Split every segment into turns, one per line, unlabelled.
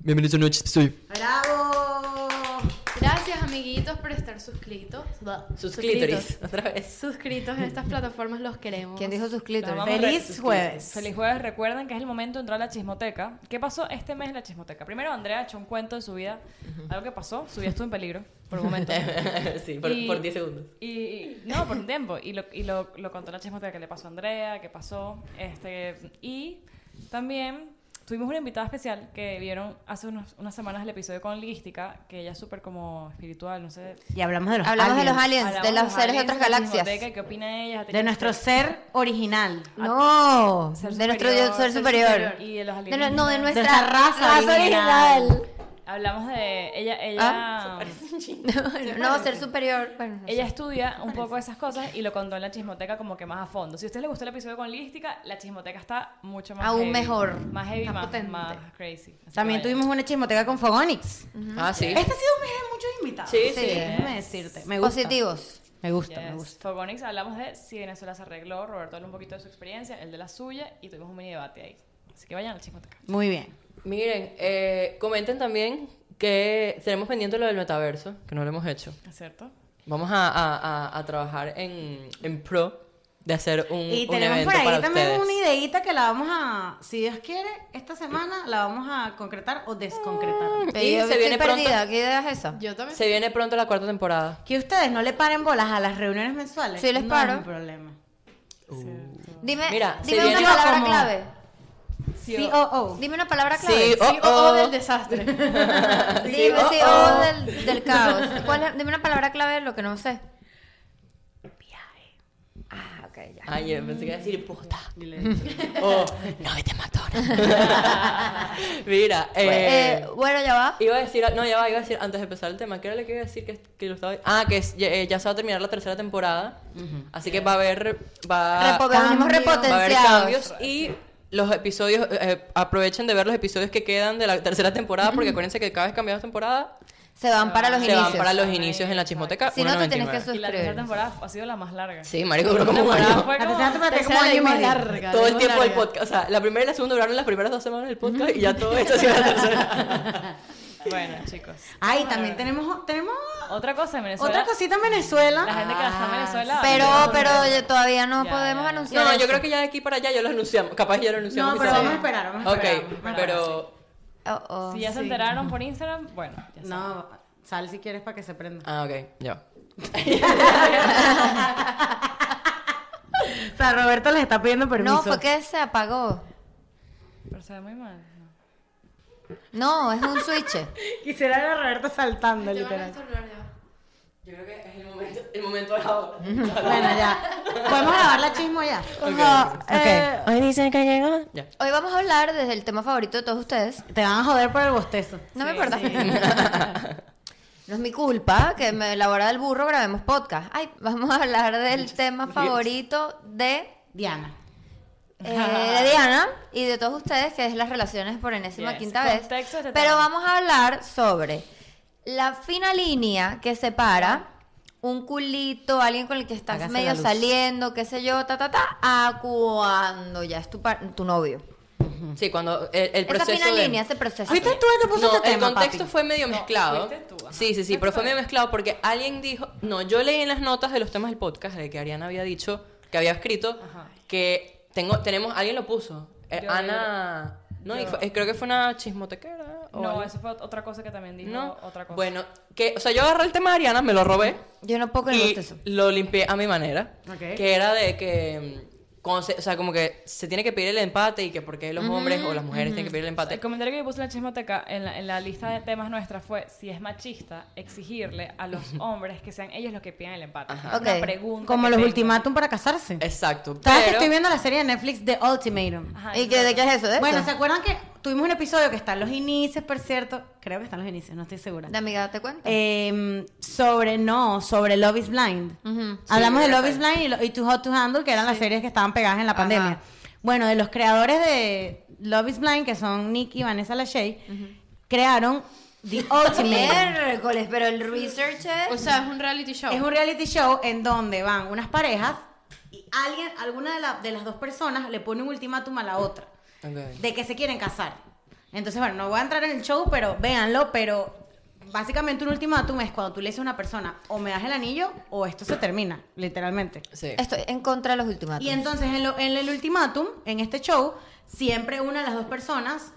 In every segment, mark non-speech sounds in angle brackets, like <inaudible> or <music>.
Bienvenidos a un nuevo episodio.
¡Bravo!
Gracias, amiguitos, por estar suscritos.
Sus clítoris, otra vez.
Suscritos en estas plataformas, los queremos.
¿Quién dijo sus
Los
clítoris?
amamos, re- sus
Feliz
clítoris.
jueves.
Feliz jueves, recuerden que es el momento de entrar a la chismoteca. ¿Qué pasó este mes en la chismoteca? Primero, Andrea ha hecho un cuento de su vida, algo que pasó, su vida estuvo en peligro por un momento.
<laughs> sí, por,
Y-
por 10 segundos.
Y, y- no, por un tiempo. Y lo, y lo, lo contó en la chismoteca que le pasó a Andrea, que pasó. Este, y también tuvimos una invitada especial que vieron hace unos- unas semanas el episodio con Lística, que ella es súper como espiritual, no sé.
Y hablamos de los
Hablamos de
aliens.
los aliens, de
Hablamos
los seres de
aliens
otras
en la
galaxias,
chismoteca y ¿Qué opina ella?
De nuestro ser original.
No,
Ser
de nuestro
superior,
Dios ser
ser
superior.
superior. Y de los
De no- no, de
alienígenas.
nuestra
nuestra raza original.
Hablamos de ella, ella,
original. no, ser superior. Bueno, no
ella
sé.
estudia un poco esas cosas y lo contó en la chismoteca como que más a fondo. Si a ustedes les gustó el episodio con Lística, la chismoteca está mucho más
Aún
heavy,
mejor.
más heavy,
Más
más,
potente.
más crazy. Así que
También
vayan.
tuvimos una chismoteca con Fogonix.
Ah, sí.
Este ha sido un mes de muchos invitados.
Sí, sí.
Déjame decirte. Me gusta.
Positivos.
Me gusta,
Yes.
me gusta.
Fogonix hablamos de si Venezuela se arregló, Roberto habló un poquito de su experiencia, el de la suya y tuvimos un mini debate ahí. Así que vayan a la chismoteca.
Muy bien.
Miren, eh, comenten también que tenemos pendiente lo del metaverso, que no lo hemos hecho.
¿Es cierto?
Vamos a, a- a- a trabajar en, en pro de hacer un,
Y
Eh, un
tenemos
evento
por ahí
para
también
ustedes.
una ideita que la vamos a, si Dios quiere, esta semana la vamos a concretar o desconcretar.
Pero
Y
yo
se
estoy
viene pronto-
perdida. ¿Qué idea es esa?
Yo
<laughs>
también.
Se viene pronto la cuarta temporada.
Que ustedes no le paren bolas a las reuniones mensuales.
Sí, les
no
paro.
Es un problema.
Dime,
Mira, se
dime una
viene-
palabra
Como-
clave.
COO.
Dime una palabra clave.
Sí, oh,
O
oh.
del desastre.
Dime
oh,
sí,
oh.
o del, del caos. ¿Cuál es- Dime una palabra clave de lo que no sé. Viaje. Ah, ok, ya.
Ay, eh, pensé que iba a decir puta. <laughs>
Oh.
No, vete a McDonald's. <laughs> Mira,
Pues,
eh,
Eh, bueno, ya va.
Iba a decir, no, ya va, iba a decir, antes de empezar el tema, ¿qué era lo que iba a decir que, que lo estaba... Ah, que es- ya, eh, ya se va a terminar la tercera temporada, así que va a haber, va,
Repo-
cambio.
va
venimos
a haber
repotenciados.
cambios y los episodios, eh, aprovechen de ver los episodios que quedan de la tercera temporada, porque acuérdense que cada vez cambiamos temporada,
Se van para los
se
inicios.
van para los inicios en la chismoteca.
Si no, te tienes que
1.99.
Y la tercera
suscribir.
temporada ha sido la más larga.
Sí, marico, duró como un
temporada
año.
fue
La
como-
tercera temporada
Tercera
como año y
lengua
medio.
larga,
Todo el
lengua
tiempo del
larga.
podcast, o sea, la primera y la segunda duraron las primeras dos semanas del podcast y ya todo esto ha sido la tercera.
Bueno, chicos.
Ay, también tenemos, tenemos
Otra cosa en Venezuela.
otra cosita en
La
Venezuela.
gente que está en Venezuela.
Pero,
hablamos de-
pero ya todavía no
Ya,
podemos
ya.
anunciar.
No, yo
eso.
creo que ya de aquí para allá ya lo anunciamos. Capaz ya lo anunciamos.
No, pero
quizá.
vamos a esperar, vamos a
Ok,
esperar, vamos a esperar,
pero.
Oh, oh.
Si ya se enteraron por Instagram, bueno, ya saben.
No, sal si quieres para que se prenda.
Ah, ok, ya. va.
O sea, Roberto les está pidiendo permiso.
No, fue que se apagó.
Pero se ve muy mal. ¿no?
No, es un switch.
Quisiera ver a Roberto saltando,
Te van
literal.
a celular, ya va.
Yo creo que es el momento, el momento de ahora.
Bueno, ya. ¿Podemos grabar la chismo ya?
Ojo, eh,
Hoy dicen que llegó. <laughs> Ya.
hoy vamos a hablar desde el tema favorito de todos ustedes.
Te van a joder por el bostezo.
No me importa. <laughs> No es mi culpa que me elabora del burro grabemos podcast. Ay, vamos a hablar del tema favorito de,
Diana.
eh, de Diana y de todos ustedes, que es las relaciones por enésima
Yes,
quinta vez.
contexto de este
Pero
tema.
vamos a hablar sobre la fina línea que separa un culito, alguien con el que estás
Hágase la
medio
luz.
saliendo, qué sé yo, ta, ta, ta, a cuando ya es tu, par- tu novio.
Sí, cuando el, el
Esa
proceso.
fina
de-
línea, ese proceso.
¿Fuiste tú el que puso
No,
este tema,
el contexto
papi?
fue medio mezclado.
fuiste tú, ajá.
sí, sí, sí, pero fue medio mezclado porque alguien dijo, no, yo leí en las notas de los temas del podcast de que Ariana había dicho, que había escrito, que tengo, tenemos, alguien lo puso, Eh,
Yo-
Ana, no, y fue- eh, creo que fue una chismotequera. o
No,
algo.
eso fue otra cosa que también dijo.
no,
Otra cosa.
Bueno, que, o sea, yo agarré el tema de Ariana, me lo robé
Yo no puedo con el
y
bostezo.
lo limpié a mi manera,
Ok.
que era de que, mm, cuando se- o sea, como que se tiene que pedir el empate y que porque los hombres o las mujeres tienen que pedir el empate.
El comentario que yo puse en la chismoteca, en la, en la lista de temas nuestra, fue si es machista exigirle
<laughs>
a los hombres que sean ellos los que pidan el empate.
Ajá.
Es una
Ok.
pregunta
Como
que
los
tengo.
ultimátum para casarse.
Exacto.
¿Sabes que
pero-
estoy viendo la serie de Netflix The Ultimatum?
Ajá,
¿Y qué, de qué es eso? ¿De
Bueno,
eso?
¿se acuerdan que tuvimos un episodio que están los inicios, por cierto? Creo que están los inicios, no estoy segura.
De amiga, ¿te cuento?
Em, sobre, no, sobre Love is Blind. Hablamos de Love is Blind y, lo- y Too Hot to Handle, que eran las series que estaban pegadas en la pandemia. Bueno, de los creadores de Love is Blind, que son Nick y Vanessa Lachey, crearon The Ultimate.
Miércoles, pero el research es...
O sea, es un reality show.
Es un reality show en donde van unas parejas y alguien, alguna de, la- de las dos personas le pone un ultimátum a la otra
Ok.
de que se quieren casar. Entonces, bueno, no voy a entrar en el show, pero véanlo, pero básicamente un ultimátum es cuando tú le dices a una persona, o me das el anillo o esto se termina, literalmente.
Sí.
Estoy en contra de los ultimátumos.
Y entonces en, lo- en el ultimátum, en este show, siempre una de las dos personas,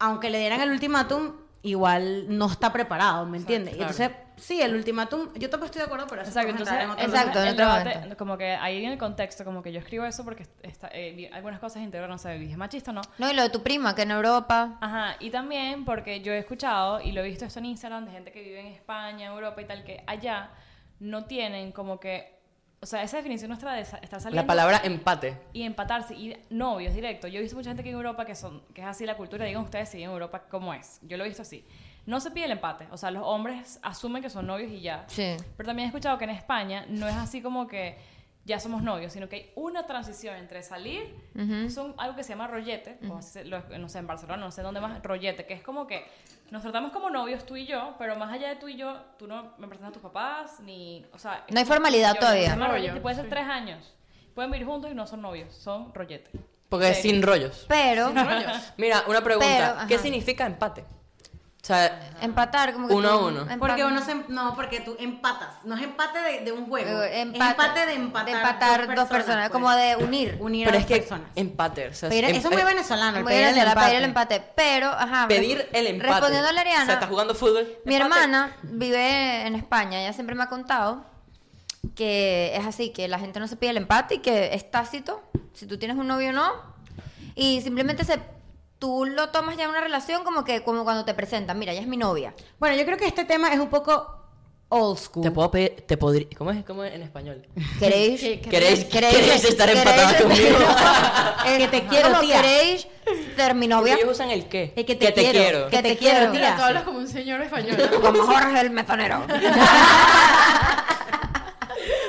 aunque le dieran el ultimátum, igual no está preparado, ¿me entiendes? Y
claro.
Entonces, sí, el ultimátum, yo tampoco estoy de acuerdo, pero eso
Exacto,
podemos entrar
entonces,
en otro
exacto,
momento.
el
en otro
debate,
momento.
como que ahí en el contexto, como que yo escribo eso porque está, eh, vi- algunas cosas integran, no sé, dije machista o no.
No, y lo de tu prima, que en Europa.
Ajá, y también porque yo he escuchado y lo he visto esto en Instagram de gente que vive en España, Europa y tal, que allá no tienen como que, o sea, esa definición nuestra de sa- estar saliendo
La palabra empate.
y empatarse y novios directo. Yo he visto mucha gente que en Europa que son que es así la cultura, digan ustedes si en Europa cómo es. Yo lo he visto así. No se pide el empate, o sea, los hombres asumen que son novios y ya.
Sí.
Pero también he escuchado que en España no es así como que ya somos novios, sino que hay una transición entre salir, son algo que se llama rollete, o así se- lo- no sé, en Barcelona, no sé dónde más, rollete, que es como que nos tratamos como novios tú y yo, pero más allá de tú y yo, tú no me presentas a tus papás, ni, o sea...
No hay formalidad
yo-
todavía.
se llama rollete,
Rollo,
Puede ser
sí.
tres años, pueden vivir juntos y no son novios, son rollete.
Porque es
Sí.
sin rollos.
Pero
Mira, una
Pero,
pregunta.
ajá.
¿Qué significa empate? O sea,
empatar, como que.
Uno a
tú-
uno.
empa-
Porque uno se, no, porque tú empatas, no es empate de, de un juego,
Eh,
es
empate-
empate de empatar,
de empatar dos personas,
pues.
como de unir.
unir
pero
a
es
dos
que
personas.
empate. o sea,
Pedir-
em-
eso es muy
eh,
venezolano, el
Voy a
pedir el
hacer la-
empate.
pedir el empate. Pero, ajá.
Pedir el empate.
Respondiendo a
O sea,
Ariana,
estás jugando fútbol. empate.
mi hermana vive en España. Ella siempre me ha contado que es así, que la gente no se pide el empate y que es tácito. Si tú tienes un novio o no. Y simplemente se, tú lo tomas ya en una relación como que como cuando te presentan. Mira, ella es mi novia.
Bueno, yo creo que este tema es un poco old school. <laughs>
Te puedo pedir. Te podri- ¿Cómo es? ¿Cómo es en español?
¿Queréis?
¿Queréis- queréis estar empatadas
queréis- <laughs>
conmigo?
Eh,
Que te quiero,
¿cómo
tía.
¿Queréis ser
Porque
mi novia?
ellos usan el qué.
El que te quiero.
Que te quiero,
Mira, tú
tía.
hablas como un señor español.
Como Jorge el mezonero.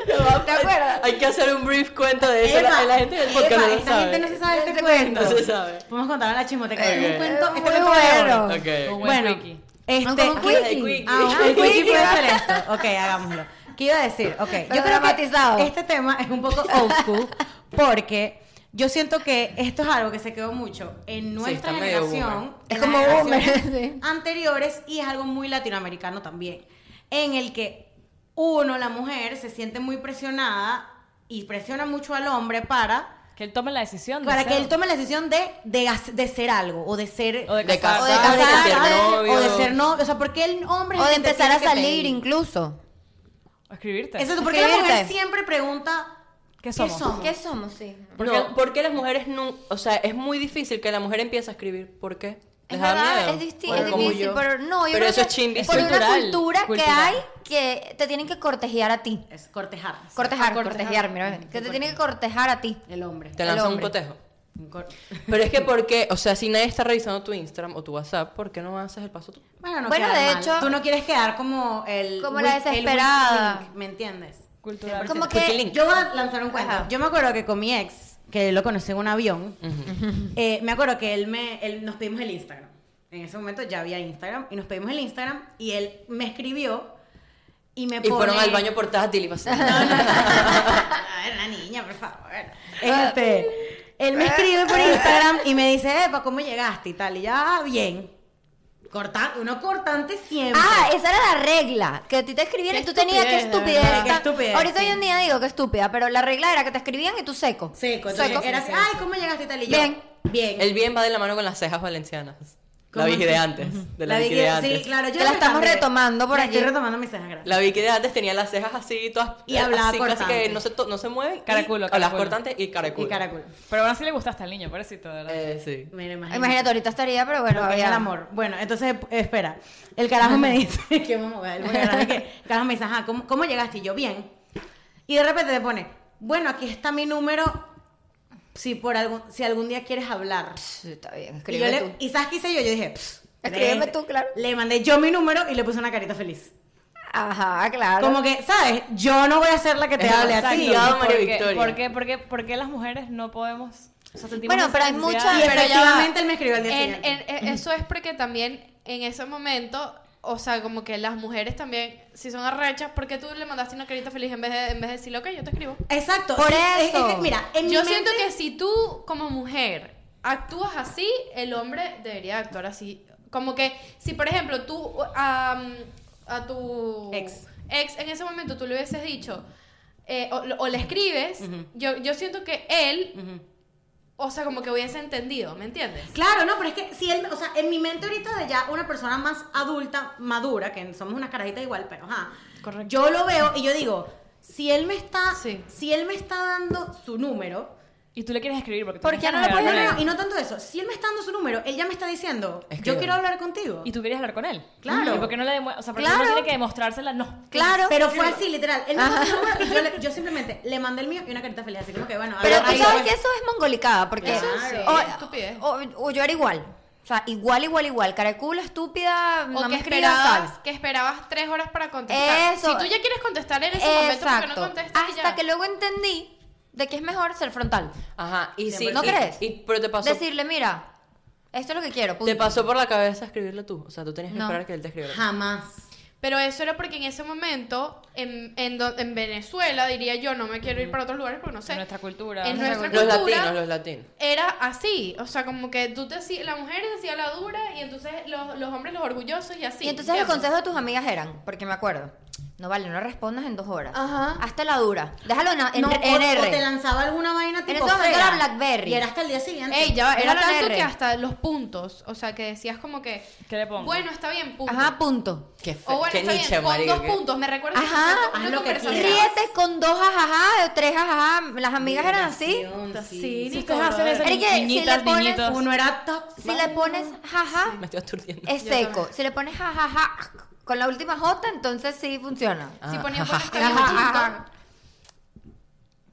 ¿Te acuerdas? Hay que hacer un brief cuento de eso. La,
Epa,
la gente del
epa,
podcast no lo
esta
sabe.
gente no se sabe este
Ese
cuento.
<laughs> No se sabe.
Vamos a contar a la chismoteca.
Ok.
Es un cuento,
Muy
este cuento de
bueno.
oro.
Ok.
Un buen
Bueno,
quickie.
este,
No, como un
ah,
quickie.
El quickie.
<laughs>
Ah,
Ah,
un quickie
quickie.
puede ser esto. Ok, hagámoslo. ¿Qué iba a decir? Ok, yo creo
dramatizado.
que este tema es un poco old school porque yo siento que esto es algo que se quedó mucho en nuestra
está medio
generación. en
Es
las
como
generaciones
boomer, <laughs> sí.
Anteriores y es algo muy latinoamericano también. En el que uno, la mujer, se siente muy presionada y presiona mucho al hombre para
<laughs> Que él tome la decisión. de
para que
ser-
él tome la decisión de, de, hac- de ser algo o de ser
O de
De
casarse.
o
casarse,
de
casarse,
casarse,
de ser
o de
novios.
ser no o sea porque el hombre es
O
el
de
que te
empezar
tiene
a
que
salir
pedir?
incluso.
O escribirte.
Exacto, porque la
Escribirte.
mujer siempre pregunta
¿Qué somos?
¿Qué somos? Sí.
¿Por,
Porque-
qué, por qué las mujeres no.? O sea, es muy difícil que la mujer empiece a escribir. ¿Por qué?
Es
Les da
verdad,
miedo.
es distinto,
Bueno,
es
como
difícil,
yo.
pero no, yo
Pero
creo
eso es
que
chimbis.
por una
Cultural,
cultura que
cultural.
hay que te tienen que cortejear a ti.
es cortejar
Cortejar,
Ah,
cortejar,
cortejar.
mira, que te tienen que cortejar a ti.
el hombre
Te
el
lanzan un
hombre.
cotejo.
Un cor-
Pero es que porque, o sea, si nadie está revisando tu Instagram o tu WhatsApp, ¿por qué no haces el paso tú?
bueno, no
Bueno,
queda
de
mal.
hecho-
tú no quieres quedar como el
Como la
wink- el wink
desesperada.
wink, me entiendes
Cultural.
Como
Porque
que
el link.
Yo voy a lanzar un cuento.
Ajá.
Yo me acuerdo que con mi ex, que lo conocí en un avión, eh, me acuerdo que él me, él- nos pedimos el Instagram. En ese momento ya había Instagram y nos pedimos el Instagram y él me escribió y me
Y fueron
pone- <laughs>
al baño portátil y pasaron.
a ver, la niña, por favor. Este, él me escribe por Instagram y me dice, Epa, ¿cómo llegaste? Y tal, y ya, "Ah, bien. Corta, uno cortante siempre.
Ah, esa era la regla, que a ti te escribieran y
Qué
tú tenías que
estupidez, de
estupidez.
verdad. Qué
tan-
estupidez,
Ahorita
sí.
hoy en día digo que estúpida, pero la regla era que te escribían y tú seco.
Seco, entonces
Seco.
era así, ay, ¿cómo llegaste? Y tal, y yo,
Bien.
Bien.
El bien va de la mano con las cejas valencianas. La
¿Cómo
Vicky de
así?
antes. De la, Vicky
Vicky-
de antes.
Sí, claro, yo
Te la
me
estamos
cambié.
retomando por
Me
aquí.
Estoy retomando mis cejas, gracias.
La Vicky de antes tenía las cejas así, todas.
Y hablaba
así, casi
cortante.
que no se, to- no se mueven. y-
Caraculo,
o las
caraculo.
cortantes y caraculo.
Y caracol.
Pero aún así le gustaste al niño, pobrecito, de verdad.
Eh, sí.
Mira, imagínate.
Imagínate, ahorita estaría, pero bueno,
Lo que es
había-
el amor. Bueno, entonces, espera. El carajo me dice <laughs> que vamos a ver, el carajo, que- el carajo me dice, ajá, ¿cómo, cómo llegaste? Y yo, bien. Y de repente te pone, bueno, aquí está mi número si por algún, si algún día quieres hablar.
Sí, está bien,
Y, yo
escríbeme
le,
tú.
y ¿sabes qué hice yo? Yo dije, "Pss,
Escríbeme
le-
tú, claro.
Le mandé yo mi número y le puse una carita feliz.
Ajá, claro.
Como que, ¿sabes? Yo no voy a ser la que te
Es
hable
demasiado
así.
complicado.
¿Por
María
qué-
Victoria.
¿Por qué, por qué- por qué las mujeres no podemos? o sea, sentimos
Bueno,
esa
pero hay
necesidad?
Y
muchas- Pero ya va.
efectivamente él me escribió al día
En-
siguiente.
en- en- eso es porque también en ese momento, o sea, como que las mujeres también, si son arrechas, porque tú le mandaste una carita feliz en vez de, en vez de decirle, ok, yo te escribo?
Exacto.
Por
Sí, es- es
eso.
que, mira, en mi
yo
mente-
siento que si tú como mujer actúas así, el hombre debería actuar así. Como que, si por ejemplo tú am, a tu
Ex.
ex en ese momento tú le hubieses dicho, eh, o, o le escribes, yo, yo siento que él, o sea, como que hubiese entendido, ¿me entiendes?
Claro, no, pero es que si él, o sea, en mi mente ahorita de ya una persona más adulta, madura, que somos unas carajitas igual, pero ajá.
Correcto.
Yo lo veo y yo digo, si él me está,
Sí.
si él me está dando su número,
Y tú le quieres escribir porque tú
¿Por
tienes
qué no
ganas
le
de
no,
hablar
no,
con
no, y no tanto eso, si él me está dando su número, él ya me está diciendo, yo
Escribe.
quiero hablar contigo.
él. Y tú querías hablar con él.
Claro.
¿Y por qué no le demuestras? O sea, porque
Claro.
uno tiene que demostrársela, no.
Claro.
Pero fue así, literal. Él me mandó su número y yo, le- yo simplemente le mandé el mío y una carita feliz, así como que bueno.
Pero
ahora-
tú
ahí
sabes
voy.
que eso es mongolicada, porque...
Eso sí,
o-
estupidez.
o, o yo era igual. O sea, igual, igual, igual. Cara de culo, estúpida,
O
no
que
me escribas,
esperabas,
tal.
que esperabas tres horas para contestar.
Eso.
Si tú ya quieres contestar en ese momento, ¿por qué no
Exacto.
contestas? y
Hasta
ya?
que luego entendí de que es mejor ser frontal.
Ajá, y sí.
¿No
y-
crees?
y- pero te pasó,
Decirle, mira, esto es lo que quiero. punto".
te pasó por la cabeza escribirlo tú. O sea, tú tenías que
No.
esperar que él te escribiera.
Jamás.
Pero eso era porque en ese momento, en, en, do- en Venezuela, diría yo, no me quiero ir para otros lugares porque no sé.
En nuestra cultura.
En
Nuestra
nuestra
Los
cultura
latinos, los latinos.
era así. O sea, como que tú te hacías- la mujer se hacía la dura y entonces los, los hombres los orgullosos y así.
y entonces los
¿entiendes?
consejos de tus amigas eran, porque me acuerdo, no vale, no respondas en dos horas.
Ajá.
Hazte la dura. Déjalo en, en-
No, o,
en R.
o te lanzaba alguna vaina tipo
ese momento
fea,
era Blackberry.
Y era hasta el día siguiente.
Ey, ya va,
Era
era
la
tanto
R.
que hasta los puntos. O sea, que decías como que.
¿Qué le pongo?
Bueno, está bien, punto.
Ajá, punto.
Qué
O
feo.
bueno,
Qué
está
niche,
bien,
marico.
con
qué-
dos puntos. Me recuerdo
Ajá,
que
haz lo que quieras.
Ríete con dos ajajá o tres ajajá. Las amigas eran así.
Sí,
Si ustedes hacen eso,
Eric, si
niñitas,
le pones
niñitos.
Uno era tóxico.
Si le pones jaja,
<laughs> Me estoy aturdiendo.
es
Yo
seco. Si le pones jajaja con la última J, entonces sí funciona.
Si
Ah,
ponían
ajá.
buenos cabellos
Ajá,
chicos,
ajá.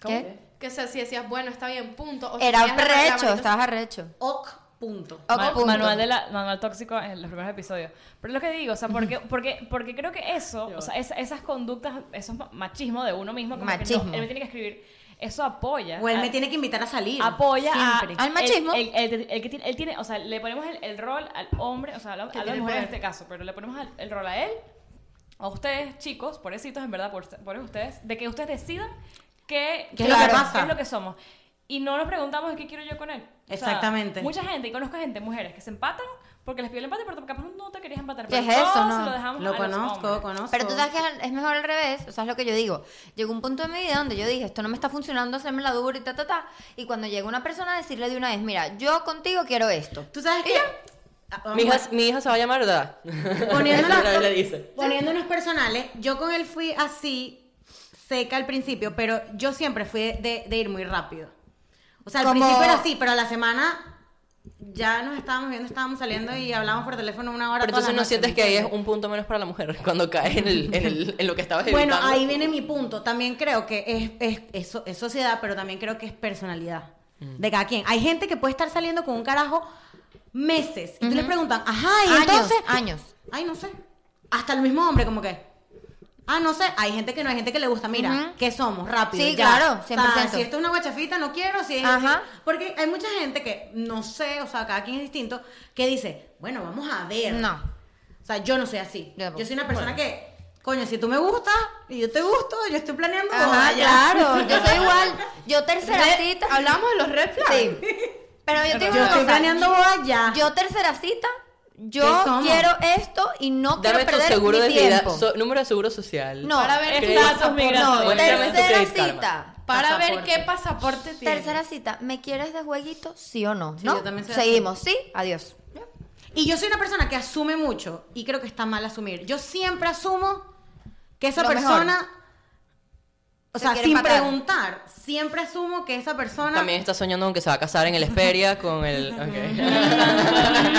¿Qué?
Que se si decías, bueno, está bien, punto. O si
Era
tenías la- la
arrecho,
manito-
estabas arrecho.
Ok, punto.
O
Ma-
punto.
manual, de la, manual tóxico en los primeros episodios. Pero es lo que digo, o sea, porque, porque, porque creo que eso, o sea, es- esas conductas, esos ma- machismo de uno mismo, como que no,
Machismo.
él me tiene que escribir, eso apoya.
O él
a-
me tiene que invitar a salir.
apoya a-
Siempre.
Al machismo.
El, el- el- el que tiene, él tiene, o sea, le ponemos el, el rol al hombre, o sea, a la, a la
tiene
mujer en
poder.
este caso, pero le ponemos al- el rol a él, a ustedes, chicos, pobrecitos, en verdad, por, por ustedes, de que ustedes decidan qué,
¿Qué es lo que pasa?
qué es lo que somos. Y no nos preguntamos qué quiero yo con él. O sea,
Exactamente.
mucha gente, y conozco gente, mujeres, que se empatan porque les pidió el empate, pero capaz no te querías empatar.
¿Qué
pero
es eso?
todo
No.
se lo dejamos
Lo
a los
conozco,
hombres.
conozco.
Pero tú sabes que es mejor al revés, o sea, es lo que yo digo. Llegó un punto de mi vida donde yo dije, esto no me está funcionando, hacerme la dura y ta, ta, ta. Y cuando llega una persona a decirle de una vez, mira, yo contigo quiero esto.
Tú sabes que. Ah, vamos
Mi hija,
<laughs> a-
mi hija se va a llamar, ¿verdad? <laughs>
Poniéndonos,
Otra vez le dice.
poniéndonos personales, yo con él fui así, seca al principio, pero yo siempre fui de, de- de ir muy rápido. O sea, al
Como-
principio era así, pero a la semana ya nos estábamos viendo, estábamos saliendo y hablábamos por teléfono una hora.
Pero
todas
entonces no
las noches,
sientes que ahí es
¿entiendes?
un punto menos para la mujer <laughs> cuando caes en, el, en, el, en lo que estabas evitando.
Bueno, ahí viene mi punto. También creo que es, es, es so- es sociedad, pero también creo que es personalidad
Mm.
de cada quien. Hay gente que puede estar saliendo con un carajo meses. Y tú les preguntan, ajá, y
años,
entonces.
años.
Ay, no sé. Hasta el mismo hombre, como que. Ah, no sé. Hay gente que no, hay gente que le gusta. Mira,
Ujú.
¿qué somos? Rápido.
Sí,
ya.
claro,
O sea,
100%.
si esto es una guachafita, no quiero. Si es-
Ajá.
Porque hay mucha gente que, no sé, o sea, cada quien es distinto, que dice, bueno, vamos a ver.
No.
O sea, yo no soy así.
Ya,
Yo
pues.
soy una persona que, coño, si tú me gustas y yo te gusto, yo estoy planeando.
Ajá,
boda, Ah, ya.
claro, Ah, <laughs> yo soy igual. Yo tercera
Re-
cita.
Hablamos de los red flags.
Sí. Pero yo te digo
Yo
una
estoy
cosa,
planeando boda ya.
Yo tercera cita,
¿Qué
yo
somos?
quiero esto y no
Dame
quiero
tu
perder
seguro
mi
de vida,
tiempo.
so- número de seguro social.
no,
Para ver
Crédito.
qué
Datos
pasaporte.
migratorios.
no,
Bueno, llame tu
tercera
Credit Karma.
cita.
Para ver
Pasaporte.
qué pasaporte tiene.
Tercera cita, ¿me quieres de jueguito? Sí o no.
Sí,
¿No?
yo también soy
Seguimos, sí, adiós.
Y yo soy una persona que asume mucho y creo que está mal asumir. Yo siempre asumo que esa
Lo mejor.
persona, o
Te
sea,
quiere
sin
matar.
preguntar, siempre asumo que esa persona,
También está soñando con que se va a casar en el Esperia con el... ok.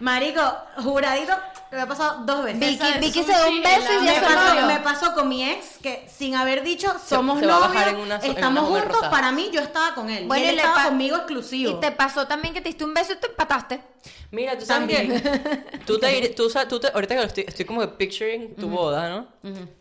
marico, juradito, me ha pasado dos veces.
Vicky,
de
Vicky se
sushi
da un
y
beso
la
y
otra.
ya
me,
se
pasó,
murió.
me pasó con mi ex que sin haber dicho somos
se va a
novios,
bajar en una- en una
estamos
mujer
juntos,
rosada.
para mí yo estaba con él. y él
le
estaba
pa-
conmigo exclusivo.
Y te pasó también que te diste un beso y te empataste.
<laughs> Mira, tú sabes
También.
que... Tú te, ir- tú, sa- tú te- ahorita que lo estoy, estoy como que picturing tu boda, ¿no?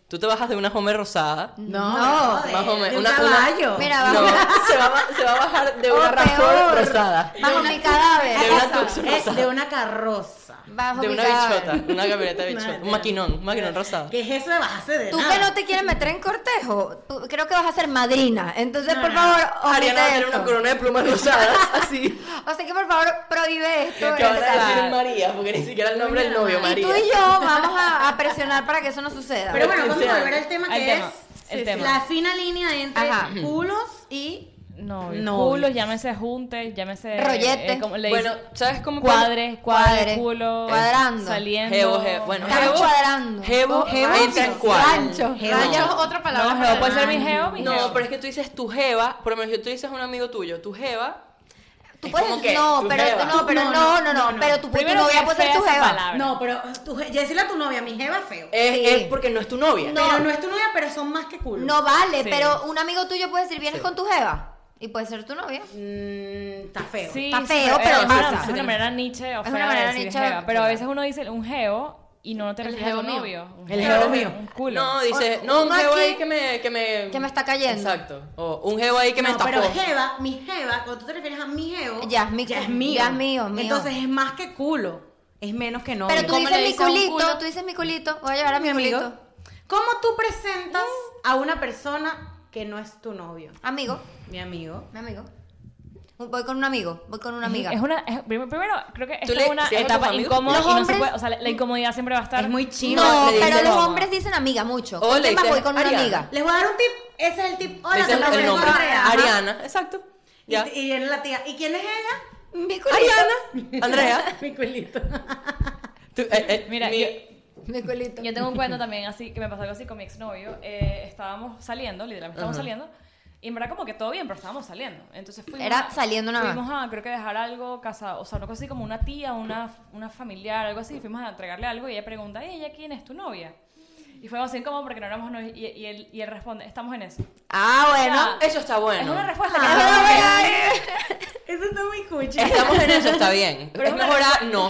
Tú te bajas de una Homer rosada.
No,
No,
de-
más o menos.
de un
Una- una-
caballo.
Mira,
No,
vamos.
<laughs> se va, a ba- se va a bajar de
O
una
peor.
Raptor rosada.
Bajo mi cadáver.
De una
Esa,
Tucson
eh,
rosada.
de una carroza.
Bajo
de
mi
una
cadáver.
bichota, una camioneta de bichota, un
Madre.
maquinón, un maquinón rosado.
¿Qué es eso de base de
Tú
nada?
que no te quieres meter en cortejo, tú- creo que vas a ser madrina. Entonces,
No,
por
no.
favor,
Ariana va a
omite
tener una
esto.
corona de plumas rosadas, así.
O sea que por favor, prohíbe
Que
esto.
van a
¿verdad?
decir María, porque ni siquiera el nombre del novio,
y
María.
tú y yo vamos a, a presionar para que eso no suceda.
Pero bueno, vamos
Quince
a volver
años.
al tema
Al
que
tema,
es
el
sí,
tema.
la fina línea entre
Ajá.
culos y
No,
No.
culos, llámese juntes, llámese.
Rollete.
eh, como le
Bueno,
dicen,
¿sabes cómo
cuadres,
Cuadre.
cuadre, culo.
Cuadrando.
Saliendo.
Jebo, jebo. Bueno,
Estamos
jebo.
cuadrando.
Jebo,
Jebo,
entra en
sí.
cuadro.
Rancho.
Jeva.
Rancho es
No.
Ah, otra palabra.
No,
para
jebo puede ser mi
rancho.
jeo, mi jeo.
No, pero es que tú dices tu jeva, por lo menos yo tú dices a un amigo tuyo, tu jeva.
Tú
es
puedes
como
decir,
que
no,
tu
pero
jeva.
no, pero
No,
no,
no,
no, no,
no, no.
pero tu, tu
Primero que
novia puede ser
fea
tu
esa
jeva.
palabra.
No, pero tu, je- ya decirle a tu novia, mi jeva feo.
Es,
Sí.
es porque no es tu novia.
pero no es tu novia, pero son más que culos.
No vale,
Sí.
pero un amigo tuyo puede decir, vienes con tu jeva y puede ser tu novia.
Mm, está feo.
Sí,
Está
sí,
feo,
es
pero
una-
pasa.
Es una manera niche o
Es
fea
una manera
de decir
niche de-
jeva, Pero a veces uno dice un geo y no te refieres a
jeo
un
mío.
novio. un
El
jeo
jeo
mío.
mío.
Un culo.
No, dice,
O-
no, un
uno
jebo
aquí
ahí que me, que me...
que me está cayendo.
Exacto. O un jebo ahí que me
No,
estafó.
pero jeva, mi jeva, cuando tú te refieres a mi jevo,
Ya es mi
ya
cu-
es mío.
ya es mío, mío.
Entonces es más que culo, es menos que novio.
Pero tú
¿Cómo
dices
le
mi
dices a un
culito,
culo?
tú dices mi culito, voy a llevar a mi
amigo,
culito.
¿cómo tú presentas a una persona que no es tu novio?
Amigo,
Mi amigo.
mi amigo. Voy con un amigo, voy con una amiga.
Es una, es- primero, primero, creo que esta
le-
es una
si eres con
etapa
tus amigos,
incómoda
los
y no se
hombres-
puede, o sea, la, la incomodidad siempre va a estar.
Es muy chino.
No,
le dice
pero los
no.
hombres dicen amiga mucho.
O le
Además,
dices,
voy con una
<laughs>
"Ariana".
amiga.
Les voy a dar un tip, ese es el tip. Hola,
Dices
tu
el
profesora
nombre.
Andrea. Ajá.
Ariana, exacto.
Y-
Ya.
Y, viene la tía, ¿y quién es ella?
Mi culito.
Ariana, Andrea.
Mi culito.
Tú, eh, eh,
Mira,
mi-
yo-
Mi culito.
Yo tengo un cuento también así, que me pasó algo así con mi exnovio. Eh, estábamos saliendo, literalmente estábamos
Ajá.
saliendo. Y en verdad como que todo bien, pero estábamos saliendo. Entonces fuimos...
Era
a-
saliendo nada más.
Fuimos a, creo que dejar algo, casa, o sea, una cosa así como una tía, una, una familiar, algo así. Fuimos a entregarle algo y ella pregunta, "Ey, ¿ella quién es tu novia? Y fue así como porque no éramos novios. Y, y él, y él responde, estamos en eso.
Ah, bueno.
Ya.
Eso está
Es una
bueno.
respuesta que
Ah,
no es como que-
Eso está muy cuchi.
Estamos en eso, está bien.
Pero
es
es una
mejor a no.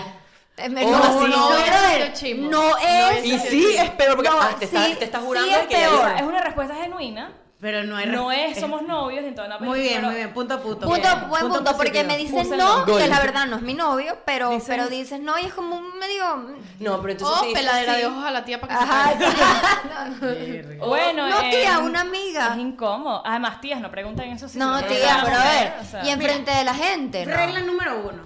Eh,
Oh,
no,
sí.
no,
No,
brother,
eso es chimbo.
no es.
Y sí, es peor porque
No,
ah, te,
sí,
está, te estás
sí
jurando
es
de que ya-
peor.
Es una respuesta genuina.
Pero no hay
No
respuesta.
es, somos novios, entonces no pues,
Muy bien,
pero-
muy bien, punto a punto.
Punto,
Bien,
buen punto,
punto
porque
positivo.
me dicen
Puse
no,
el nombre.
que la
Gol.
verdad no es mi novio, pero,
Dicen-
pero dices no y es como un medio...
No, pero entonces
O
sí.
Oh, peladera
sí.
de ojos a la tía para que
Ajá, <laughs>
se calle.
<laughs>
O, Bueno,
no,
eh,
tía, una amiga.
Es incómodo. Además, tías, no preguntan eso. si
No,
lo
tía,
preguntan,
pero a ver,
o sea,
y enfrente de la gente, ¿no?
Regla número uno.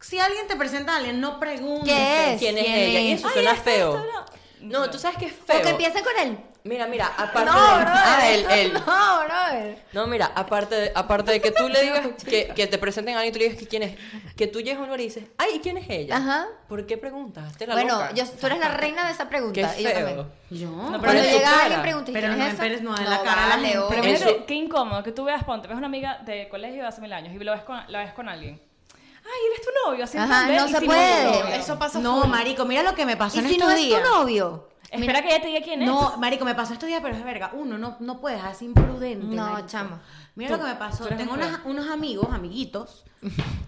Si alguien te presenta a alguien, no preguntes.
¿Qué es?
¿Quién es
¿Quién
ella? Y
es?
eso
Ay,
suena
esto,
feo.
esto no.
No, tú sabes que es feo.
O que empiecen con él.
Mira, mira,
No,
aparte de...
brother,
Ah, él,
eso
él.
<laughs> no, brother.
No, mira, aparte de, aparte de que tú le digas que, que te presenten a alguien y tú le digas que quién es, que tú llegas a un lugar y dices, ay, ¿y quién es ella?
Ajá.
¿Por qué preguntas? Hazte la
Bueno,
loca.
yo, tú eres la reina de esa
Qué
pregunta. y yo también.
feo.
Yo.
No, pero-
Cuando
Parece
llega
cara.
alguien pregunta, ¿y
Pero
quién
no
es
me
esa?
esperes, no, en la cara a la gente.
oh.
Primero,
Eso-
qué incómodo que tú veas, ponte, ves una amiga de colegio de hace mil años y lo ves con, la ves con alguien. Ay, él es tu novio, así
Ajá,
entender,
no
y
se
si
puede.
es tu novio.
Eso pasa
No,
full.
marico, mira lo que me pasó
¿Y
en
si
estos
no es tu
días.
novio?
Espera que ella te diga quién es.
No, marico, me pasó estos días, pero es verga. Uno, no, no puedes así imprudente.
No,
marico.
chamo.
Mira
Tú-
lo que me pasó.
tú eres
Tengo
un
unas- unos amigos, amiguitos,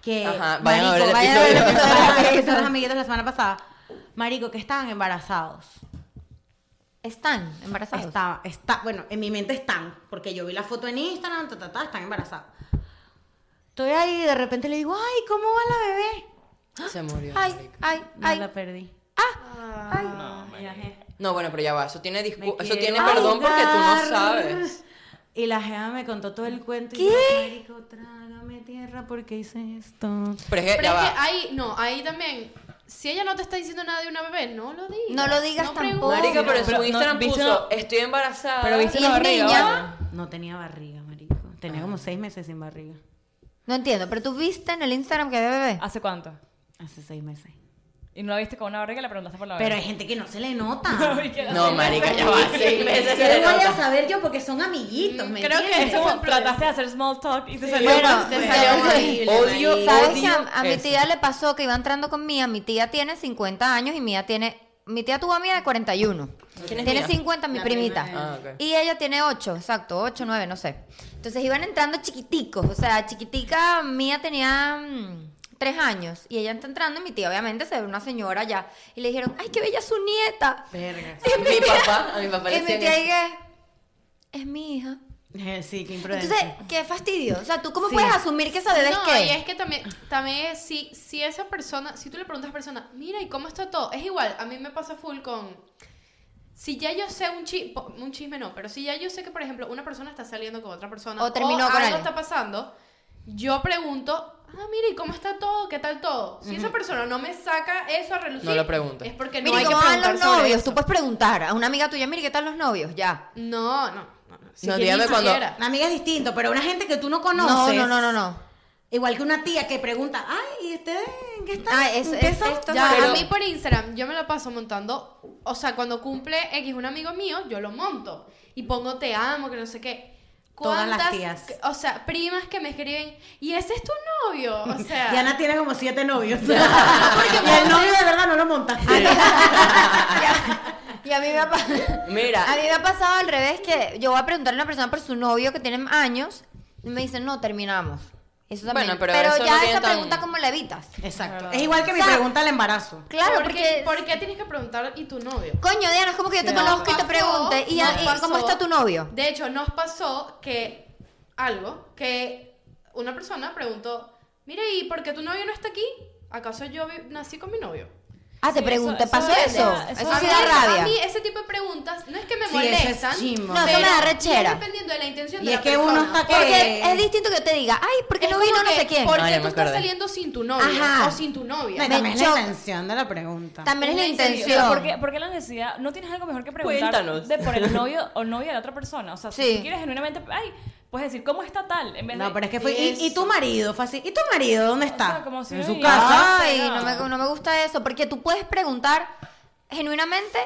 que.
Ajá, vayan a ver el
marico,
episodio.
vayan a ver el
Vayan a ver el
episodio.
episodio.
Son amiguitos la semana pasada. Marico, que estaban embarazados.
Están embarazados.
Estaba, está, bueno, en mi mente están, porque yo vi la foto en Instagram, ta, ta, ta, están embarazados. Estoy ahí y de repente le digo, ay, ¿cómo va la bebé?
<gasps>
Ah,
Se murió.
Ay,
marica.
ay,
No
ay.
la perdí.
Ay.
No, bueno, pero ya va. Eso tiene, discu-
Me
eso
quiero
tiene perdón porque tú no
ahogar.
sabes.
Y la jeva me contó todo el cuento y
¿Qué?
yo, marico, trágame tierra porque hice esto.
Pero es que,
Pero
ya
es
va.
que ah, ahí, no, ahí también. Si ella no te está diciendo nada de una bebé, no lo digas.
No lo digas tampoco.
preguntes.
Marica, pero en
Pero
su
no,
Instagram
¿viste
puso,
no?
estoy embarazada.
Pero viste
¿Y
la
es
barriga,
niña?
¿vale?
No tenía barriga, marico. Tenía como seis meses sin barriga.
No entiendo, pero tú viste en el Instagram que había bebé.
¿Hace cuánto?
Hace seis meses.
Y no la viste con una barriga y la preguntaste por la
Pero hay
barriga.
gente que no se le <laughs> nota.
<laughs> Y que-
No, marica, ya va.
<laughs>
Seis meses se le
¿Qué voy a
nota.
saber yo? Porque son amiguitos, ¿me
creo que
Es
entiendes?
como
Ese es el
trataste de hacer small talk y te salió.
Bueno,
Te
bueno.
salió horrible.
Odio-
marica.
¿Sabes
odio
que a, a mi
eso. <laughs>
tía le pasó que iba entrando con Mía? Mi tía tiene 50 años y Mía tiene... Mi tía tuvo a Mía de 41.
¿Quién es
tiene
Mía?
50, mi
La
primita.
prima
de- Ah, ok.
Y ella tiene 8, exacto, 8, 9, no sé. Entonces iban entrando chiquiticos, o sea, chiquitica Mía tenía 3 años y ella está entrando y mi tía obviamente se ve una señora ya y le dijeron, ay, qué bella su nieta.
Verga.
Y
Mi papá, a mi papá le
<laughs> y mi
decían
tía
eso.
dije, es mi hija.
<laughs> Sí, qué imprudente.
Entonces, qué fastidio. O sea, ¿tú cómo
Sí.
puedes asumir que esa bebé es
no,
qué?
y es que también, también es si, si esa persona, si tú le preguntas a esa persona, mira, ¿y cómo está todo? Es igual, a mí me pasa full con... Si ya yo sé un, chi- po- un chisme, no, pero si ya yo sé que, por ejemplo, una persona está saliendo con otra persona
O terminó con
algo
alguien.
está pasando, yo pregunto, ah, mira, ¿y cómo está todo? ¿Qué tal todo? Si esa persona no me saca eso a relucir,
No lo preguntes.
es porque no
Mira,
hay que
¿cómo van
preguntar
los
sobre
novios?
eso.
Tú puedes preguntar a una amiga tuya, mire, ¿qué tal los novios? Ya.
No, no, no. no. Si
No,
que
dígame
ni
cuando-
siquiera.
Una amiga es distinto, pero una gente que tú no
No,
conoces.
no, no, no, no.
Igual que una tía que pregunta, ay, ¿y ustedes en qué están?
Ah, es-
¿En
es-
son?"
esto-
Ya,
Pero-
a
<laughs>
mí por Instagram yo me la paso montando, o sea, cuando cumple X un amigo mío, yo lo monto y pongo te amo, que no sé qué.
Todas las
¿Cuántas-
tías.
que- O sea, primas que me escriben, y ese es tu novio,
<laughs>
o sea.
Diana tiene como siete novios. y <laughs>
Monse-
el novio de verdad no lo montaste.
Y a mí me ha pasado.
Mira,
A mí me ha pasado al revés que yo voy a preguntar a una persona por su novio que tienen años y me dicen, no, terminamos. Eso también.
Bueno, pero eso
ya
no tiene
esa
tan-
pregunta, ¿cómo la evitas?
Exacto.
Claro.
Es igual que mi
O sea,
pregunta al embarazo.
Claro,
¿por
porque.
qué- ¿Por qué tienes que preguntar y tu novio?
Coño, Diana, es como que yo te
Nos
conozco y te
pasó,
pregunte. ¿Y,
nos
y
pasó.
cómo está tu novio?
De hecho, nos pasó que algo, que una persona preguntó, mire, ¿y por qué tu novio no está aquí? ¿Acaso yo vi- nací con mi novio?
Ah, te
Sí,
pregunté,
eso-
¿pasó
eso-
eso?
eso-
Eso,
a
sí
mí-
da rabia.
A mí ese tipo de preguntas no es que me
Sí, eso es
molestan.
chimbo.
No, eso me da
pero
rechera.
es dependiendo de la intención
Y
de
es
la
que
persona.
uno está que.
Porque es distinto que yo te diga, ay, porque
eh, Es
no
como
vino no
que,
sé quién.
¿Por
No,
qué
ya
tú
me
estás
acordé.
saliendo sin tu novio
Ajá.
o sin tu novia?
No, y
Me
también es la
choca.
intención de la pregunta.
También es la
Sí,
intención.
pero ¿por qué, por qué la necesidad? ¿No tienes algo mejor que preguntar
Cuéntanos. <laughs>
de por el novio o novia de la otra persona? O sea,
Sí.
si tú quieres genuinamente, ay, puedes decir, ¿cómo está tal? En vez de,
No, pero es que fue. ¿Y, y tu marido? Fue así. ¿Y tu marido dónde está?
sea, como si
en
no
su
viniera.
casa.
Ay,
no.
no me, no me gusta eso, porque tú puedes preguntar genuinamente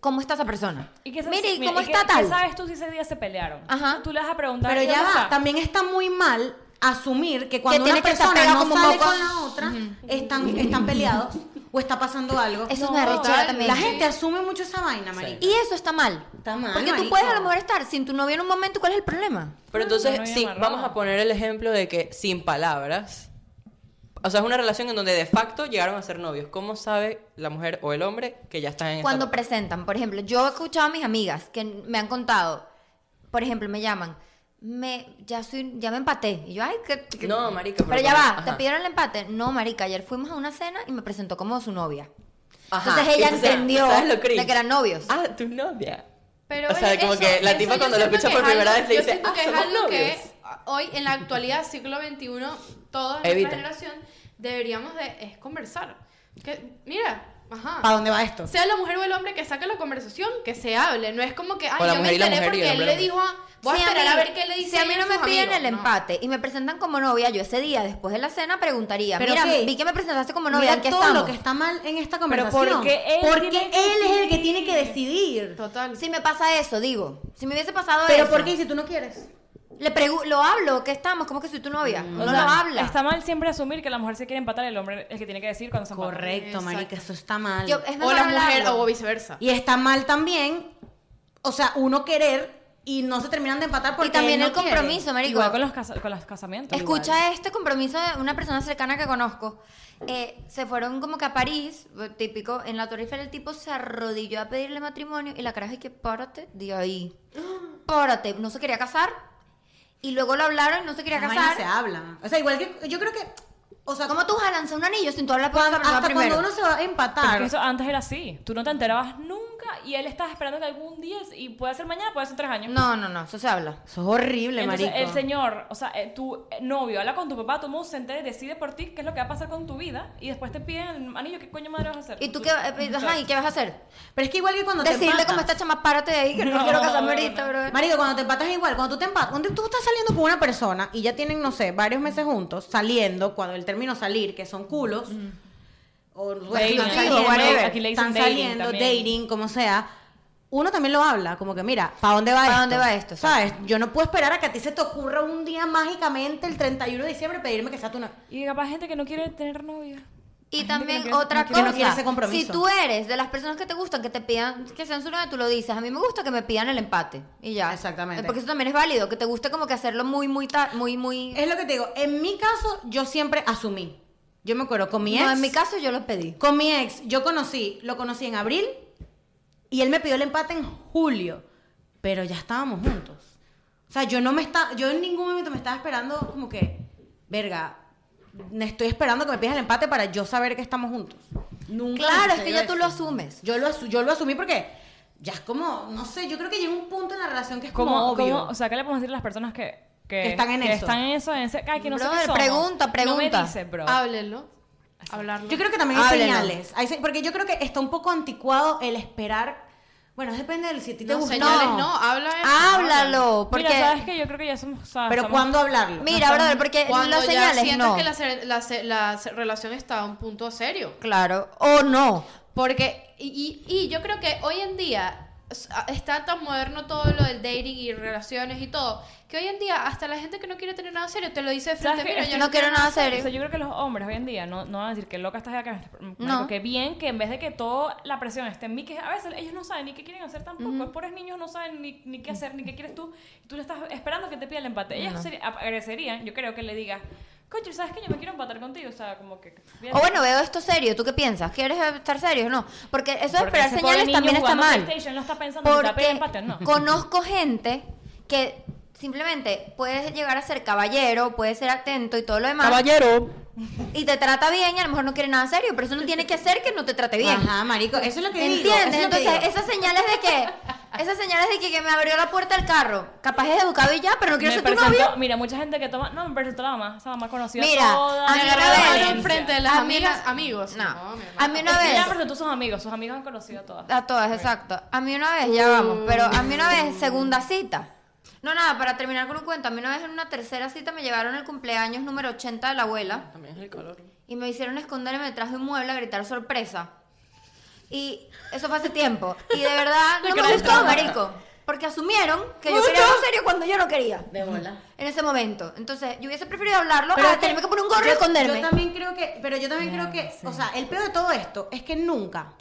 cómo está esa persona.
¿Y qué sa-
Mira, ¿y
mira,
cómo
y qué-
está
¿Qué
tal?
sabes tú si ese día se pelearon?
Ajá.
Tú le vas a preguntar.
Pero
¿y
ya
dónde
va,
está?
también está muy mal asumir que cuando
tiene
una
que estar
persona
pegado
no
como un
sale
moco.
con la otra, están, están peleados o está pasando algo.
Eso es
No,
una rechera
tal,
también.
la gente asume mucho esa vaina, María.
Y eso está mal.
Está mal,
Porque tú
marico.
puedes a lo mejor estar sin tu novio en un momento, ¿cuál es el problema?
pero entonces,
Ah, No, no, ya
sí,
amarrado.
vamos a poner el ejemplo de que sin palabras. O sea, es una relación en donde de facto llegaron a ser novios. ¿Cómo sabe la mujer o el hombre que ya están en esta-
Cuando presentan, por ejemplo, yo he escuchado a mis amigas que me han contado, por ejemplo, me llaman, me, ya soy, ya me empaté. Y yo, ay, que, que-
No, marica,
Pero,
pero
ya
cuando-
va,
ajá.
¿te pidieron el empate? No, marica, ayer fuimos a una cena y me presentó como su novia.
Ajá.
Entonces ella
Entonces,
entendió
¿sabes lo cringe?
de que eran novios.
Ah, tu novia.
Pero
o sea,
bueno,
como
eso-
que la
eso
tipa
yo
cuando lo escucha
siento que
por
es
primera
algo-
vez le
yo
dice,
siento
"Ah,
que es
somos
algo que
novios".
hoy en la actualidad, siglo XXI, toda
Evita.
nuestra generación deberíamos de es conversar. Que, mira, ajá.
¿Para dónde va esto?
sea la mujer o el hombre que saque la conversación, que se hable. No es como que, ay,
O la
yo me
mujer y la
enteré
mujer y el
porque él
hombre
le dijo a... Voy
Si
a esperar a, ver qué le dice
Si a mí
ella
no me
sus
piden
amigos.
el
No.
empate y me presentan como novia, yo ese día, después de la cena, preguntaría,
¿Pero
mira,
qué?
vi que me presentaste como novia,
Mira
¿en qué
todo
estamos?
lo que está mal en esta
Pero
conversación.
porque él
Porque
tiene que
él es el que tiene que decidir.
Total.
Si me pasa eso, digo, si me hubiese pasado
Pero
eso,
¿por qué ¿Y si tú no quieres?
le pregu- lo hablo, que estamos, como que soy tu novia, no
O
lo
sea,
habla.
Está mal siempre asumir que la mujer se quiere empatar, el hombre es que tiene que decir cuando se empatan.
Correcto, marica, eso está mal.
Yo- es
o
mejor
la mujer
hablarlo.
o viceversa.
Y está mal también, o sea, uno querer y no se terminan de empatar porque
Y también
él no
el compromiso, marico.
Igual con los, casa- con los casamientos.
Escucha este compromiso de una persona cercana que conozco. Eh, se fueron como que a París, lo típico, en la Torre Eiffel el tipo se arrodilló a pedirle matrimonio y la cara es que párate de ahí. Párate, no se quería casar. Y luego lo hablaron y no se quería
Esa vaina
casar.
se habla. O sea, igual que yo creo que o sea,
¿Cómo tú vas a lanzar un anillo sin tú hablar con
cuando-
esa persona
hasta
primero?
cuando uno se va a empatar.
Porque eso antes era así. Tú no te enterabas nunca y él estaba esperando que algún día, y puede ser mañana, puede ser tres años.
No, no, no, eso se habla.
Eso es horrible,
Entonces,
marico.
el señor, o sea, eh, tu novio habla con tu papá, tu mundo se entera y decide por ti qué es lo que va a pasar con tu vida y después te piden el anillo, ¿qué coño madre vas a hacer?
¿Y tú qué, eh,
O sea,
ajá, ¿y qué vas a hacer?
Pero es que igual que cuando te
Decirle
empatas.
como esta chama, párate de ahí, que no,
No,
quiero casarme
no,
ahorita,
no.
bro.
Marico, cuando te empatas es igual, cuando tú te empatas, cuando tú estás saliendo con una persona y ya tienen, no sé, varios meses juntos, saliendo, cuando el término salir, que son culos, o bueno,
Dating,
están
aquí
saliendo,
le-
whatever,
aquí le dicen
están
dating
saliendo,
también.
dating, como sea, uno también lo habla, como que mira, ¿para dónde va
¿Pa'
esto?
dónde va esto?
¿Sabes? Yo no puedo esperar a que a ti se te ocurra un día mágicamente, el 31 de diciembre, pedirme que sea tu novia.
Y capaz gente que no quiere tener novia.
Y
Hay gente
también
que no quiere-
otra
no
quiere- no
cosa,
quiere ese compromiso.
si tú eres de las personas que te gustan que te pidan que sean su novia, tú lo dices. A mí me gusta que me pidan el empate y ya.
Exactamente.
Porque eso también es válido, que te guste como que hacerlo muy muy ta- muy muy
Es lo que te digo, en mi caso, yo siempre asumí. Yo me acuerdo con mi ex.
No, en mi caso yo lo pedí.
Con mi ex, yo conocí, lo conocí en abril y él me pidió el empate en julio, pero ya estábamos juntos. O sea, yo no me está, yo en ningún momento me estaba esperando como que, verga, me estoy esperando que me pidas el empate para yo saber que estamos juntos. Nunca
Claro,
me
es que
sucedió
ya tú
eso.
lo asumes.
Yo lo, asu- yo lo asumí porque ya es como, no sé, yo creo que llega un punto en la relación que es como
¿Cómo,
obvio.
cómo- o sea, ¿qué le podemos decir a las personas que, que,
Que están en
que
eso.
están en eso, en ese, ay, que no sé
Brother,
qué somos?
pregunta,
No
pregunta.
me dice, bro.
Háblenlo. Hablarlo.
Yo creo que también hay
Háblenlo.
señales. Hay se- porque yo creo que está un poco anticuado el esperar. Bueno, depende del si a ti te
no,
gusta.
señales no, habla eso,
Háblalo, porque
Mira, sabes que yo creo que ya somos, o
Ah,
sea,
Pero
estamos-
¿cuándo hablarlo?
Mira,
Nos
brother,
estamos-
porque
Cuando
las
ya
señales
sientas
no.
que la, se- la se- la se- relación está a un punto serio.
Claro, o no.
Porque, y, y- y yo creo que hoy en día s- a- está tan moderno todo lo del dating y relaciones y todo, que hoy en día hasta la gente que no quiere tener nada serio te lo dice de
¿Sabes
frente,
qué?
mira,
Es
yo
que
no
no
quiero nada
O sea,
serio.
yo creo que los hombres hoy en día no, no van a decir que loca estás de acá.
No.
No. Que bien, que en vez de que todo la presión esté en mí, que a veces ellos no saben ni qué quieren hacer tampoco. Los pobres niños no saben ni, ni qué hacer, ni qué quieres tú. Y tú le estás esperando que te pida el empate. Ellos se- agradecerían, yo creo, que le digas, coche, ¿sabes qué? Yo me quiero empatar contigo. O sea, como que...
O bueno, veo esto serio. ¿Tú qué piensas? ¿Quieres estar serio? No. Porque eso de
Porque
esperar
ese pobre
señales
niño
también está
jugando
mal.
PlayStation no está pensando si te va a pedir empate
Porque
o no.
conozco gente que simplemente puedes llegar a ser caballero, puedes ser atento y todo lo demás.
Caballero.
Y te trata bien y a lo mejor no quiere nada serio. Pero eso no tiene que ser que no te trate bien.
Ajá, marico, eso es lo que digo. eso
¿Entiendes?
es lo que
Entonces,
digo.
esas señales de que. Esas señales de que, que me abrió la puerta del carro. Capaz es educado y ya, pero no quiero
Me
ser tu
presentó-
novio.
Mira, mucha gente que toma... No, me presentó la mamá. Esa mamá conocida
Mira,
toda
a mí
la
una
Valencia.
vez-
frente de las
A mí
amigas,
una-
amigos.
No.
mi hermano.
A mí una
Es que
vez.
ya presentó a sus amigos. Sus amigos han conocido a todas.
A todas, exacto. A mí una vez, ya vamos, pero a mí una vez, segunda cita. No, nada, para terminar con un cuento, a mí una vez en una tercera cita me llevaron el cumpleaños número 80 de la abuela
También es el calor.
y me hicieron esconderme detrás de un mueble a gritar sorpresa. Y eso fue hace tiempo. Y de verdad no me gustó, marico. Porque asumieron que yo quería algo serio cuando yo no quería. De bola. En ese momento. Entonces, yo hubiese preferido hablarlo
Pero
a
es que
tenerme que poner un gorro y
yo-
esconderme.
Yo también creo que, pero yo también creo que, o sea, el peor de todo esto es que nunca,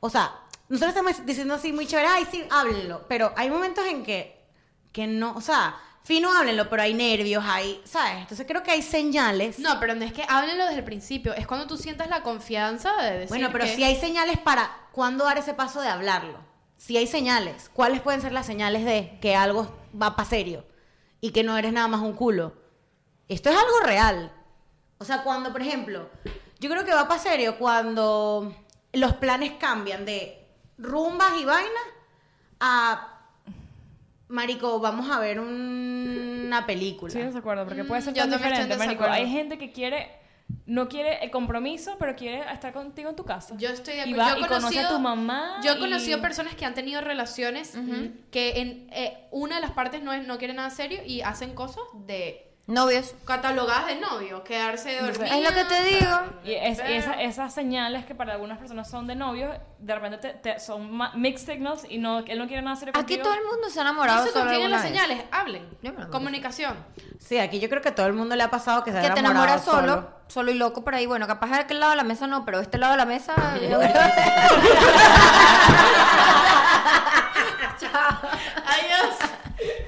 o sea, nosotros estamos diciendo así muy chévere, ay, sí, háblenlo, pero hay momentos en que, que no, o sea, fino háblenlo, pero hay nervios, hay, ¿sabes? Entonces creo que hay señales.
No, pero no es que háblenlo desde el principio, es cuando tú sientas la confianza de decir
bueno, pero
que-
si hay señales para cuándo dar ese paso de hablarlo. Si hay señales, ¿cuáles pueden ser las señales de que algo va para serio y que no eres nada más un culo? Esto es algo real. O sea, cuando, por ejemplo, yo creo que va para serio cuando los planes cambian de rumbas y vainas a Marico, vamos a ver un- una película.
Sí, desacuerdo, porque puede ser
Mm, yo
tan
también estoy en
diferente, marico.
desacuerdo.
Hay gente que quiere, no quiere el compromiso, pero quiere estar contigo en tu casa.
Yo estoy de
Y
acuerdo.
va
Yo
y
he
conoce a
conocido-
tu mamá.
Yo he
y-
conocido personas que han tenido relaciones que en eh, una de las partes no, es, no quiere nada serio y hacen cosas de
Novios.
catalogadas de novio, quedarse dormida.
Es lo que te digo.
Y, es- y esa- esas señales que para algunas personas son de novios, de repente te- te- son ma- mixed signals y no, él no quiere nada serio
Aquí
contigo.
todo el mundo se ha
No
enamorado
se
solo
confíen en
alguna
las
vez.
señales, hablen.
Yo me enamoré.
Comunicación.
Sí, aquí yo creo que a todo el mundo le ha pasado que se ha
que te
enamorado
enamoras solo,
<laughs>
solo, y loco por ahí. Bueno, capaz de aquel lado de la mesa no, pero este lado de la mesa. yo creo-